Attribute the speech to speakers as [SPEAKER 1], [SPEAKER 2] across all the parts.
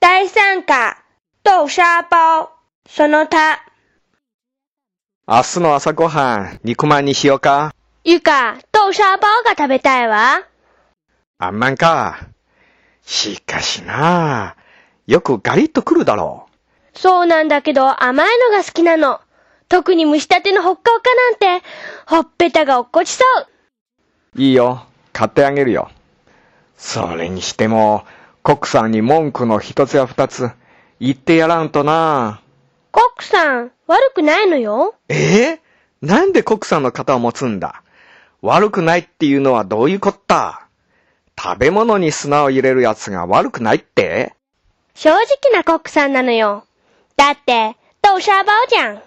[SPEAKER 1] 第三課、豆沙包、その他。
[SPEAKER 2] 明日の朝ごはん、肉まんにしようか
[SPEAKER 1] ゆか、豆沙包が食べたいわ。
[SPEAKER 2] あんまんか。しかしなあ、よくガリッとくるだろ
[SPEAKER 1] そうなんだけど甘いのが好きなの。特に蒸したてのほっかほかなんて、ほっぺたが落っこちそう。
[SPEAKER 2] う。いいよ、買ってあげるよ。それにしても、コックさんに文句の一つや二つ、言ってやらんとなあ。
[SPEAKER 1] コックさん、悪くないのよ。
[SPEAKER 2] ええなんでコックさんの肩を持つんだ悪くないっていうのはどういうこった食べ物に砂を入れるやつが悪くないって
[SPEAKER 1] 正直なコックさんなのよ。だって、豆沙包じゃん。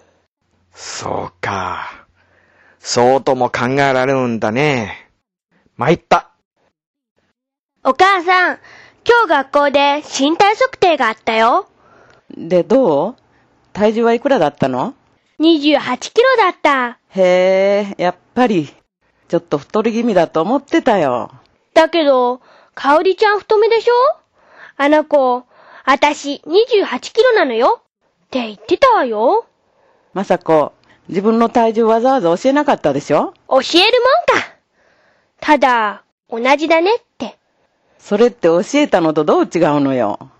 [SPEAKER 2] そうか。そうとも考えられるんだね。参った。
[SPEAKER 1] お母さん、今日学校で身体測定があったよ。
[SPEAKER 3] で、どう体重はいくらだったの
[SPEAKER 1] 28キロだった。
[SPEAKER 3] へえ、やっぱり、ちょっと太り気味だと思ってたよ。
[SPEAKER 1] だけど、かおりちゃん太めでしょあの子、あたし28キロなのよ。って言ってたわよ。
[SPEAKER 3] まさこ、自分の体重わざわざ教えなかったでしょ
[SPEAKER 1] 教えるもんか。ただ、同じだねって。
[SPEAKER 3] それって教えたのとどう違うのよ。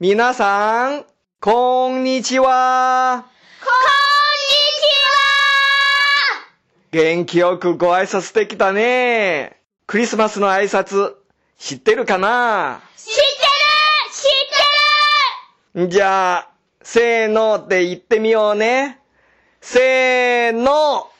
[SPEAKER 2] 皆さん、こんにちは。元気よくご挨拶できたね。クリスマスの挨拶、知ってるかな
[SPEAKER 1] 知ってる知って
[SPEAKER 2] じゃあ、せーので言ってみようね。せーの。